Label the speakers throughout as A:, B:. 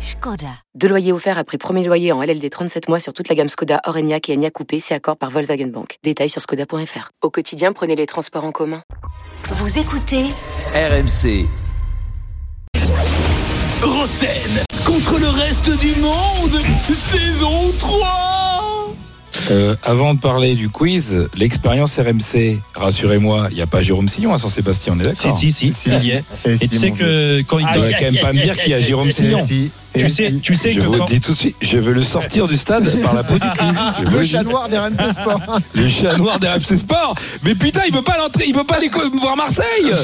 A: Skoda. Deux loyers offerts après premier loyer en LLD 37 mois sur toute la gamme Skoda, Orenia et Enya Coupé, c'est accord par Volkswagen Bank. Détails sur skoda.fr. Au quotidien, prenez les transports en commun.
B: Vous écoutez
C: RMC.
D: Roten contre le reste du monde, saison 3
E: Euh, avant de parler du quiz, l'expérience RMC, rassurez-moi, il n'y a pas Jérôme Sillon à Saint-Sébastien, on est
F: Si,
E: d'accord
F: si, si, il y est.
G: Et
F: Et tu sais que quand il
E: Tu vas
F: te-
E: quand même pas me dire qu'il y a Jérôme Sillon.
F: Tu sais, tu sais
E: Je
F: que
E: vous le
F: quand-
E: dis tout de suite, je veux le sortir du stade par la peau du cul. Je veux
G: le chat noir des RMC Sport.
E: le chat noir des RMC Sport. Mais putain, il peut pas l'entrer, il peut pas aller co- voir Marseille.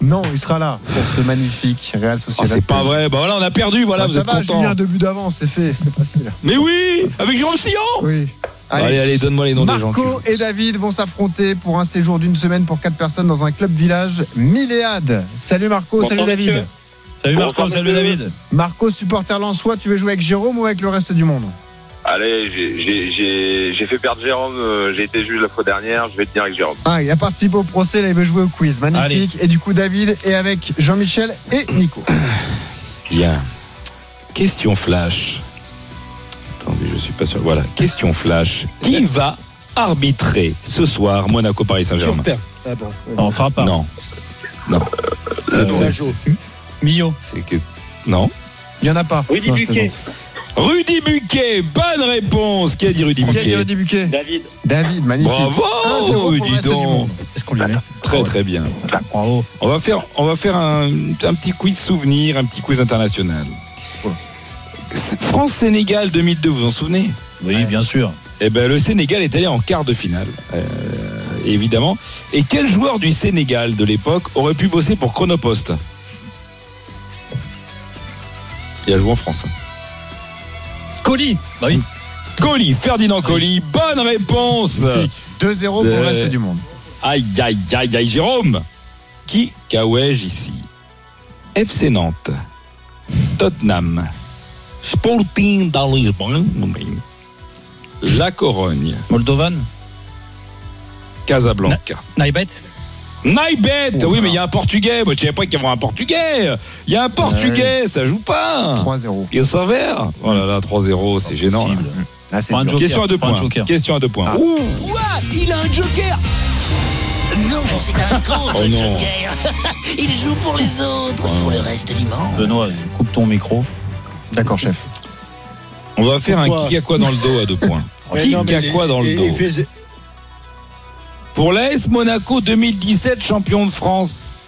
G: Non, il sera là pour ce magnifique Real Sociedad.
E: Oh, c'est pas vrai. Bah voilà, on a perdu. Voilà,
G: Ah,
E: vous
G: ça
E: êtes
G: va,
E: contents.
G: Julien, deux buts d'avance, c'est fait, c'est facile.
E: Mais oui, avec Jérôme Sillon.
G: Oui.
E: Allez, allez, donne-moi les noms des gens.
G: Marco
E: que-
G: et David vont s'affronter pour un séjour d'une semaine pour quatre personnes dans un club village Milléade. Salut Marco,
H: Bonsoir,
G: salut David.
H: monsieur.
F: Salut Marco,
H: Bonsoir,
F: salut
H: monsieur.
F: David.
G: Marco, supporter lensois, tu veux jouer avec Jérôme ou avec le reste du monde
H: Allez, j'ai- j'ai- j'ai j'ai fait perdre Jérôme, euh, j'ai été juge la fois dernière, je vais tenir avec Jérôme.
G: Ah, il a participé au procès, là il veut jouer au quiz. Magnifique. Et du coup, David est avec Jean-Michel et Nico.
E: Bien. Question flash. Attendez, je suis pas sûr. Voilà, question flash. Qui va arbitrer ce soir Monaco Paris Saint-Germain
G: Super. Ah bon, ouais.
H: Oh.
F: On fera pas.
E: Non. Non.
F: Euh,
E: C'est- c'est-
F: Sajo. Mio.
E: c'est que non.
G: Il n'y en a pas.
H: Rudy
G: Non, je
H: Buquet.
G: plaisante.
E: Rudy Buquet, bonne réponse. Qui a dit Rudy
G: Qui a dit
E: Buquet
G: Rudy Buquet
H: David,
G: David, magnifique. Un zéro
E: Bravo,
G: Ah, pour le
E: dis
G: reste du
E: donc.
G: monde.
F: Est-ce qu'on lui met
E: Très très bien.
F: Bravo.
E: On va faire, on va faire un, un petit quiz souvenir, un petit quiz international.
G: Oula.
E: C'est- France-Sénégal 2002, vous vous en souvenez
F: Oui, bien sûr.
E: Eh ben, le Sénégal est allé en quart de finale, euh, évidemment. Et quel joueur du Sénégal de l'époque aurait pu bosser pour Chronopost Il a joué en France.
F: Colis. Bah oui.
E: Colli, Ferdinand Colli, bonne réponse
G: 2-0 pour le
E: Euh,
G: reste du monde.
E: Aïe, aïe, aïe, aïe, Jérôme Qui caouège ici FC Nantes, Tottenham, Sporting da Lisbonne, La Corogne,
F: Moldovan.
E: Casablanca.
F: Naibet.
E: Naibet Oui, mais il y a un Portugais. Moi, je savais pas qu'il y avait un Portugais. Il y a un Portugais, ça joue pas.
G: 3-0.
E: Il s'en vert. Oh là là, 3-0, c'est gênant. là.
G: Ah, c'est
F: Prends un
G: dur.
F: joker,
E: Question à deux
F: prends un
E: points.
F: joker.
E: Question à deux points.
D: Quoi Il a un joker Non, c'est un grand
E: Oh non.
D: joker Il joue pour les autres, pour le reste du monde
F: Benoît, coupe ton micro.
G: D'accord, chef.
E: On va faire un
I: Pourquoi
E: kick à quoi dans le dos à deux points. Kick à quoi dans le dos Pour l'AS Monaco 2017, champion de France,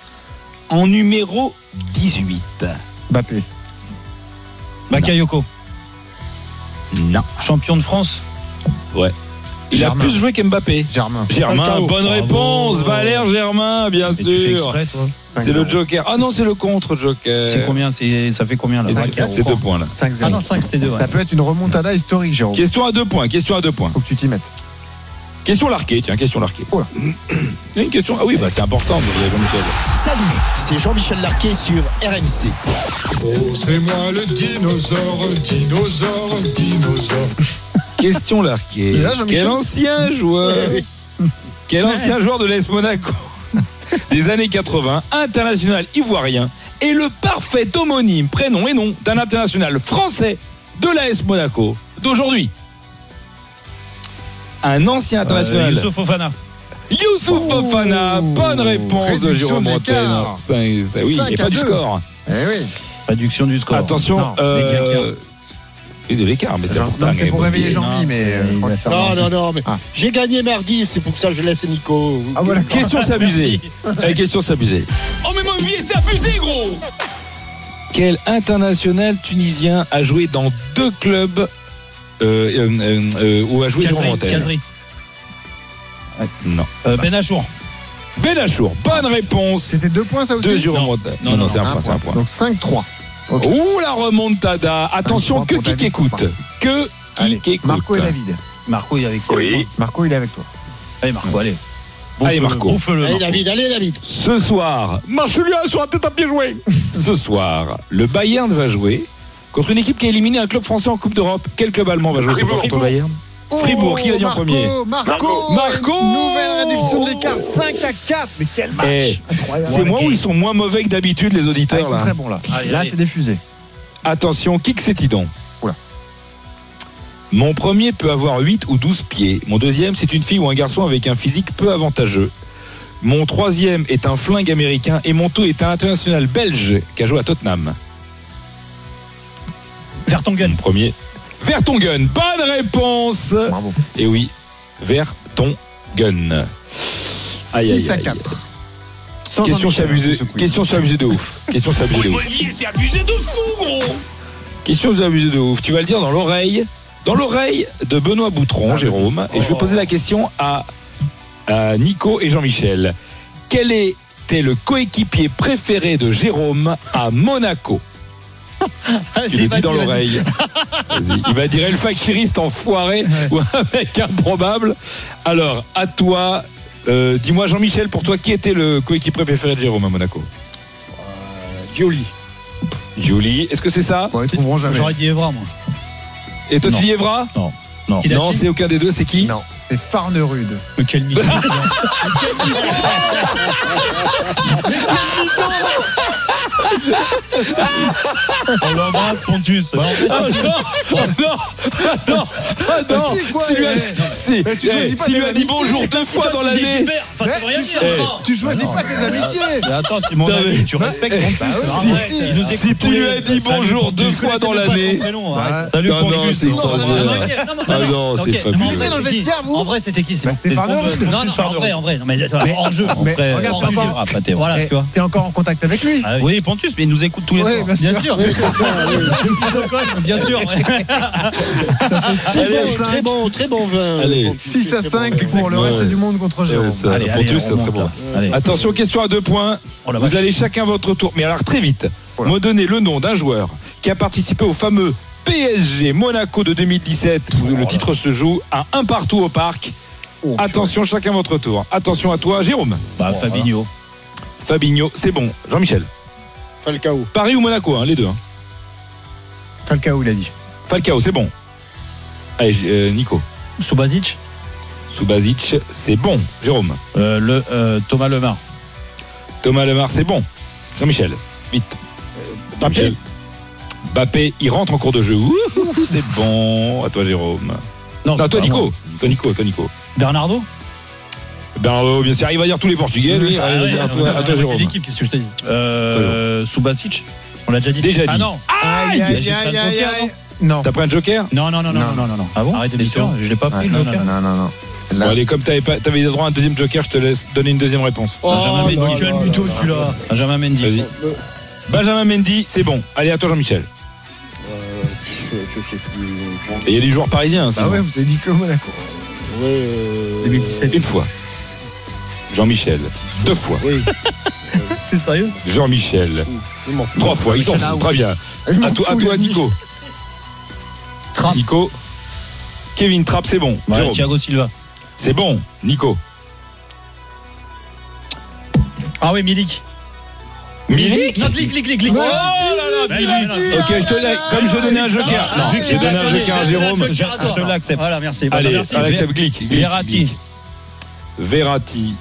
E: en numéro 18.
G: Bappé.
F: Bakayoko.
E: Non.
F: Champion de France.
E: Il a
G: Germain.
E: plus joué qu'Mbappé.
G: Germain.
E: Germain,
I: Falcao.
E: bonne
F: Bravo.
E: réponse. Valère Germain, bien
F: Et tu fais
E: sûr.
F: exprès, toi.
E: C'est le Joker. Ah non, c'est le contre-Joker.
F: C'est combien C'est- Ça fait combien là
E: Et
G: Cinq,
E: c'est-
G: quatre,
E: C'est deux points là.
G: 5-0.
F: Ah non, 5 c'était 2.
G: Ça peut être une remontada historique, Jérôme.
E: Question à deux points, question à deux points.
G: Faut que tu t'y mettes.
E: Question larquée, tiens, question larquée.
G: Oula.
E: Il y a Une question. Ah oui, bah c'est important, mais il y a Jean-Michel.
I: Salut, c'est Jean-Michel Larquet sur RMC.
E: Question larquée.
G: Et là, Jean-Michel Eh
E: Quel ancien joueur Quel ancien joueur de l'AS Monaco des années 80, international ivoirien, et le parfait homonyme, prénom et nom d'un international français de l'AS Monaco d'aujourd'hui. Un ancien
G: Euh,
E: international.
F: Euh, Youssouf Fofana.
E: Youssouf
G: Oh.
E: Fofana, bonne réponse de
G: Réduction
E: Jérôme
G: de l'écart.
E: Rotten. Cinq- cinq- Oui,
G: Cinq
E: et
G: à
E: pas du
G: deux.
E: score.
G: Eh oui.
F: Réduction du score.
E: Attention,
G: Non,
E: euh, et de l'écart, mais c'est
G: Jean-
E: important.
G: non, c'est pour
E: mais-
G: réveiller
F: Non,
G: Jean-Mi, mais euh,
F: c'est-
G: je crois que
F: il
G: ça
F: va
I: Non,
G: marche.
I: non, non, mais
G: Ah.
I: j'ai gagné mardi, c'est pour ça que je laisse Nico.
G: Ah voilà.
E: Question s'abuser. Eh, Question s'abuser.
D: Oh mais mon vieil, c'est abusé gros
E: Quel international tunisien a joué dans deux clubs euh, euh, euh, euh, où a joué Jérôme Rotten
F: Kazri. Kazri.
E: Non.
F: Euh, Ben Achour.
E: Benachour, bonne réponse
G: C'était deux points, ça
E: de
G: aussi
E: Jérôme
F: Non.
E: Rotten.
F: Non,
E: Non, non,
F: non,
E: c'est un point, c'est un point.
G: Donc 5-3. Ok.
E: Ouh la remontada Attention,
G: Un
E: que
G: point Ah, pour
E: qui
G: David,
E: écoute Que
G: Allez,
E: qui écoute euh,
G: Marco et David.
F: Marco, il est avec
H: oui,
G: Marco, il est avec toi.
F: Allez, Marco, allez.
E: Allez, Marco.
F: Bouffe-le,
I: Allez
F: Marco.
I: David, allez David.
E: Ce soir, Marcelien sur la tête à pied joué. Ce soir, le Bayern va jouer contre une équipe qui a éliminé un club français en Coupe d'Europe. Quel club allemand va jouer ce soir
H: Fribourg.
E: contre le Bayern Fribourg, qui l'a dit en
G: Oh, Marco,
E: premier
G: Marco
E: Marco
G: Nouvelle réduction de l'écart, 5 à 4. Mais quel match
E: Eh, C'est
F: Ouais,
E: moi
F: ok.
E: où ils sont moins mauvais que d'habitude, les
G: Ah, Ils
E: auditeurs.
G: sont
E: là.
G: très bons là.
F: Allez,
G: là,
F: allez.
G: c'est diffusé.
E: Attention, kick c'est tidon.
G: Oula.
E: Mon premier peut avoir 8 ou 12 pieds. Mon deuxième, c'est une fille ou un garçon avec un physique peu avantageux. Mon troisième est un flingue américain et mon tout est un international belge qui a joué à Tottenham. Mon
F: Vertonghen.
E: premier. Vertonghen, bonne réponse
G: Bravo.
E: Et Eh oui, Vertonghen. Aïe, aïe,
G: 6 à
E: aïe.
G: 4. Sans
E: Question
G: Jean-Michel,
E: s'abuser,
G: ce quiz.
E: question s'abuser de ouf. Question s'abuser de ouf.
D: c'est abusé de fou, gros
E: Question vous abusez de ouf. Tu vas le dire dans l'oreille, dans l'oreille de Benoît Boutron, Jérôme, et je vais poser la question à, à Nico et Jean-Michel. Quel était le coéquipier préféré de Jérôme à Monaco Tu le dis dans l'oreille. Vas-y. Il va dire El Fakiriste enfoiré ou un mec improbable. Alors, à toi. euh, Dis-moi, Jean-Michel, pour toi, qui était le coéquipier préféré de Jérôme à Monaco
G: Euh,
I: Dioli.
E: Julie, est-ce que c'est ça
G: Bon, ils trouveront jamais.
F: J'aurais dit Evra, moi.
E: Et toi,
F: Non.
E: tu dis Evra
F: Non.
E: Non, c'est aucun des deux, c'est qui
G: Non, c'est Farnerude.
F: Quel niveau On l'embrasse, Pontus. Ah,
E: Oh non, oh non, oh non, oh non.
G: Ah si, quoi,
E: S'il lui a-
G: eh,
E: si,
G: mais tu choisis
E: eh,
G: pas
E: s'il
G: tes
E: lui a dit
G: amis.
E: bonjour deux fois dans
I: Eh
E: l'année.
I: ben,
F: Enfin, ça veut rien dire.
E: Eh,
F: ça.
G: Tu choisis
F: Ah non,
G: pas tes
F: mais-
G: amitiés.
F: Mais attends, c'est mon
E: Non, mais-
F: ami, tu respectes Pontus.
G: Bah ouais,
F: hein,
G: si,
F: ouais,
G: si.
F: il nous
E: Si
F: écoute
E: tu
F: tous
E: lui
F: les-
E: as dit
F: Salut,
E: bonjour
F: Pontus,
E: deux
F: tu
E: fois dans
F: connaissais même pas
E: l'année.
F: son prénom,
G: Ouais.
F: arrête. Salut,
E: Non, non,
F: Pontus.
E: c'est extraordinaire.
F: Ah, t'inquiète, non, mais-
E: Ah non, c'est
F: t'inquiète, mais en
E: fabuleux.
F: vrai,
G: Dans le
F: qui
G: vestiaire, vous
F: En vrai, c'était qui c'est
G: Bah,
F: bon.
G: c'était
F: C'est
G: Farnerude.
F: bon, euh, Non, non, en vrai, en vrai. Non, mais ça va, hors jeu.
G: mais
F: En vrai,
G: regarde,
F: hors jeu,
G: papa.
F: Evra, pas t'es- Voilà,
G: Eh,
F: tu vois.
G: T'es encore en contact avec lui
F: Ah oui.
E: Oui, Pontus, mais il nous écoute tous
G: Ouais, bien sûr.
F: Bien sûr, bien sûr.
G: Six à
I: Allez,
G: cinq.
I: très bon, très bon vin.
E: Allez.
I: Bon,
G: 6 à
I: très bon
G: 5
I: vin.
G: pour le
E: Ouais,
G: reste
E: ouais.
G: du monde contre Jérôme.
F: Allez, allez,
E: Pontus, c'est
F: on
E: très bon.
F: remonte, là. Allez.
E: Attention, question à deux points.
F: Oh, la
E: Vous
F: vache.
E: allez chacun votre tour, mais alors très vite,
G: Voilà.
E: me donner le nom d'un joueur qui a participé au fameux PSG Monaco de 2017, où le titre se joue à un partout au parc.
G: Oh,
E: Attention, chacun votre tour. Attention à toi, Jérôme.
F: Bah, Fabinho.
E: Fabinho, c'est bon. Jean-Michel.
I: Falcao.
E: Paris ou Monaco, hein, les deux. hein.
G: Falcao, il a dit.
E: Falcao, c'est bon. Allez, J- euh, Nico.
F: Subasic.
E: Subasic, c'est bon. Jérôme.
F: Euh, le, euh, Thomas Lemar.
E: Thomas Lemar, c'est bon. Jean-Michel, vite. Jean-Michel. Bappé, il rentre en cours de jeu. Ouh, c'est bon. À toi, Jérôme.
F: Non,
E: Non, toi,
F: c'est pas moi.
E: Nico. Toi, Nico. Toi, Nico.
F: Bernardo
E: Bernardo, bien sûr. Il va dire tous les Portugais, lui.
F: Ah
E: Allez,
F: ouais,
E: vas-y, à
F: non,
E: toi,
F: non,
E: à toi,
F: non,
E: Jérôme.
F: quelle équipe, qu'est-ce que je t'ai dit Euh, Subasic On l'a déjà dit.
E: Déjà
F: Ah
E: dit.
F: non
G: Aïe, aïe,
F: J'ai pas
G: aïe,
F: le
G: aïe,
F: poker,
G: aïe. Non.
E: T'as pris un joker
F: Non, non, non, non,
G: Non.
F: non, non, non. Ah bon Arrête de
G: sûr
F: Je l'ai pas
G: Ouais,
F: pris, le
G: Non,
F: joker.
G: non, non, non. non.
E: Bon,
G: Là,
E: allez, comme t'avais pas- t'avais droit à un deuxième joker, je te laisse donner une deuxième réponse.
F: Benjamin
I: là
F: Mendy.
I: là là là là.
F: celui-là. Benjamin Mendy.
E: Vas-y. Benjamin Mendy, c'est bon. Allez, à toi, Jean-Michel.
I: Euh, je, je sais plus.
E: Et il y a des joueurs parisiens, c'est
G: Bah ouais, vous avez dit que Monaco.
I: Ouais, euh,
F: 2017.
E: Une fois. Jean-Michel. Deux fois.
I: Oui.
F: T'es sérieux
E: Jean-Michel.
I: je m'en fous.
E: Trois fois. Ils s'en
G: Jean-Michel
E: foutent. Très bien.
G: Je m'en
E: À toi, à
G: fous, il
E: toi
G: a dit.
E: Nico.
F: Trapp.
E: Nico. Kevin Trapp, c'est bon.
F: Ouais,
E: Jérôme,
F: Thiago Silva.
E: C'est bon. Nico.
F: Ah oui, Milik.
E: Milik
F: Non, clic, clic, clic, clic.
G: Ouais.
F: là là, Milik.
E: Ok, je te laisse. Comme je donnais un joker.
F: Ah,
E: Non,
F: vu que
E: j'ai
F: j'ai
E: donné un
F: donné-
E: joker à
F: j'ai donné un
E: Jérôme.
F: joker à toi. Je te l'accepte. Voilà, merci. Voilà,
E: Allez,
F: merci.
E: avec Glick. Glick,
F: Verratti.
E: Glick. Verratti.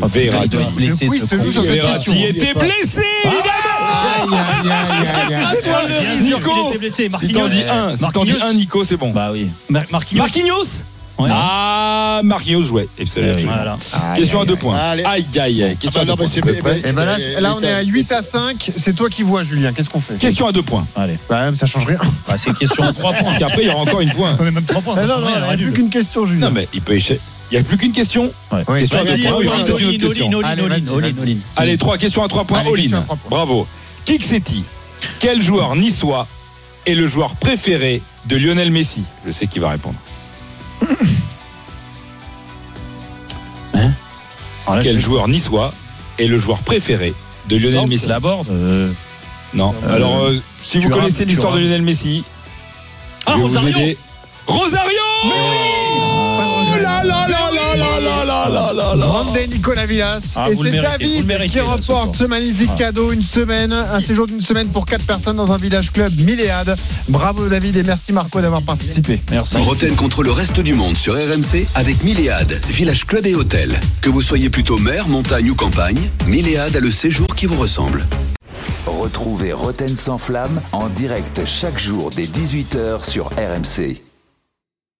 F: Oh, putain, il
E: Verratti.
F: doit être blessé,
G: Le quiz
F: ce
G: se
F: con.
G: joue sur cette question.
F: hein.
E: Verratti était blessé,
G: Aïe, aïe, aïe, aïe, aïe.
E: toi,
F: Bien sûr qu'il
E: Nico.
F: était blessé.
E: Si t'en dis
F: Marquinhos.
E: un, si t'en dis
F: Marquinhos.
E: un, Nico, c'est bon.
F: Bah oui. Mar- Marquinhos.
E: Marquinhos
F: Ouais.
E: Ah, Marquinhos jouait. Et c'est
F: Ouais,
E: la-
F: Voilà.
G: Aïe,
E: Question à
G: aïe,
E: deux
G: aïe.
E: points.
I: Allez.
E: Aïe, aïe, aïe.
I: Ah
E: Question
I: bah
E: à
I: non,
E: deux
I: mais
E: points.
I: c'est ben,
G: Eh ben là, c'est- là, on est à 8 à 5. C'est toi qui vois, Julien. Qu'est-ce qu'on fait
E: Question à deux points.
F: Allez.
G: Bah, même, ça change rien.
F: Bah, c'est question de 3 points.
E: Parce qu'après, il y aura encore une point.
F: Mais même 3 points,
G: Ah
F: ça
G: non,
F: change
G: non,
F: rien.
G: il n'y a
F: rien
G: plus
F: du tout.
G: qu'une question, Julien.
E: Non, mais il peut échouer. Il n'y a plus qu'une question.
F: Ouais.
G: Oui.
E: Question à deux
I: Vas-y,
E: points.
I: all-in,
E: Oui, on peut
I: all-in,
E: dire une autre question.
F: all-in, all-in,
G: Allez,
F: all-in,
G: vas-y,
F: all-in,
G: vas-y.
F: all-in.
E: Allez, trois questions à trois points.
G: Allez, question
E: All-in.
G: à trois points.
E: Bravo. Kixetti, quel joueur niçois est le joueur préféré de Lionel Messi Je sais qui va répondre.
F: Ah, là,
E: Quel
F: je-
E: joueur niçois est le joueur préféré de Lionel
F: Porte,
E: Messi
F: La board euh,
E: Non.
F: Euh,
E: Alors, euh, si vous
F: Thuram,
E: connaissez l'histoire de
F: Thuram.
E: Lionel Messi, je
F: Ah,
E: vais vous
F: Rosario
E: aider. Rosario Oh là là là là là là là
J: là là là.
G: Grande Nicolas Villas.
F: Ah,
G: et
F: vous le
G: c'est
F: méritez, vous
G: David
F: le méritez,
G: qui
F: là, ce
G: remporte
F: soir.
G: ce magnifique
F: Ah.
G: cadeau, une semaine, un séjour d'une semaine pour 4 personnes dans un village club Milléade. Bravo David et merci Marco d'avoir participé.
F: Merci.
E: Roten contre le reste du monde sur RMC avec Milléade, village club et hôtel. Que vous soyez plutôt mer, montagne ou campagne, Milléade a le séjour qui vous ressemble.
K: Retrouvez Roten sans flamme en direct chaque jour dès 18h sur RMC.